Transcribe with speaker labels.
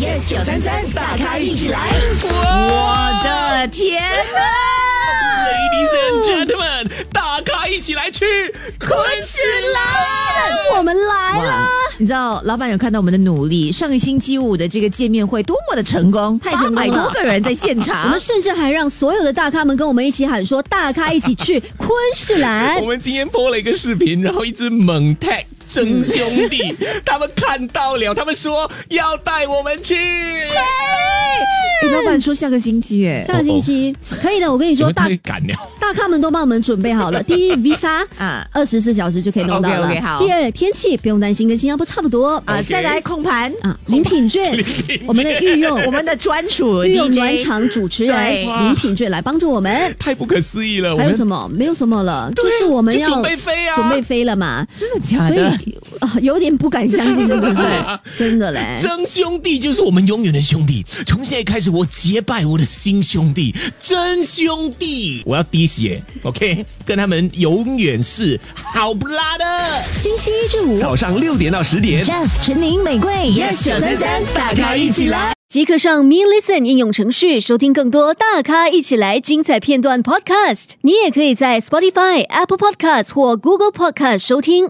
Speaker 1: yes 九三三，大咖一起来！我的天哪！
Speaker 2: Ladies and gentlemen，大咖一起来吃昆士兰。
Speaker 1: 我们来了！你知道老板有看到我们的努力，上个星期五的这个见面会多么的成功，
Speaker 3: 太成功了
Speaker 1: 八百多个人在现
Speaker 3: 我
Speaker 1: 场
Speaker 3: 们。甚至还让所有的大咖们跟我们一起喊说：“大咖一起去 昆士兰
Speaker 2: 我们今天播了一个视频，然后一只猛 tag 真兄 弟，他们看到了，他们说要带我们去。
Speaker 1: 哎老板说下个星期，哎！”，
Speaker 3: 下个星期可以的，我跟你
Speaker 2: 你
Speaker 3: 说，
Speaker 2: 们
Speaker 3: 大
Speaker 2: 太敢了，
Speaker 3: 大咖们都帮我们准备好了。第一，visa
Speaker 1: 啊
Speaker 3: 二十四小时就可以弄到了。
Speaker 1: OK，OK，好
Speaker 3: 第二，天气不用担心，跟新加坡差不多
Speaker 1: 啊，
Speaker 3: 啊
Speaker 2: OK
Speaker 1: 再来控 盘，
Speaker 3: 啊。林品券，我们的御用
Speaker 1: 我们的专属
Speaker 3: 御用
Speaker 1: DJ
Speaker 3: 暖场主持
Speaker 1: 对
Speaker 3: 人林品券来帮助我们。
Speaker 2: 太不可思议了。
Speaker 3: 还有
Speaker 2: 么？
Speaker 3: 什么？没有什么了，
Speaker 2: 啊对
Speaker 3: 就
Speaker 2: 啊
Speaker 3: 是我们要
Speaker 2: 就准备飞啊
Speaker 3: 准备飞了嘛。
Speaker 1: 真的假
Speaker 3: 所以
Speaker 1: 的？
Speaker 3: 啊，有点不敢相信，对不对？真的嘞，
Speaker 2: 真兄弟就是我们永远的兄弟，从现在开始，我结拜我的新兄弟，真兄弟。我要滴血，OK，跟他们永远是好不拉的。
Speaker 3: 星期一至五
Speaker 2: 早上六点到十点
Speaker 1: Jeff、陈宁、玫瑰，Yes 九三三，大咖一起来。
Speaker 3: 即刻上 Me Listen 应用程序收听更多大咖一起来精彩片段 Podcast。你也可以在 Spotify、Apple Podcast 或 Google Podcast 收听。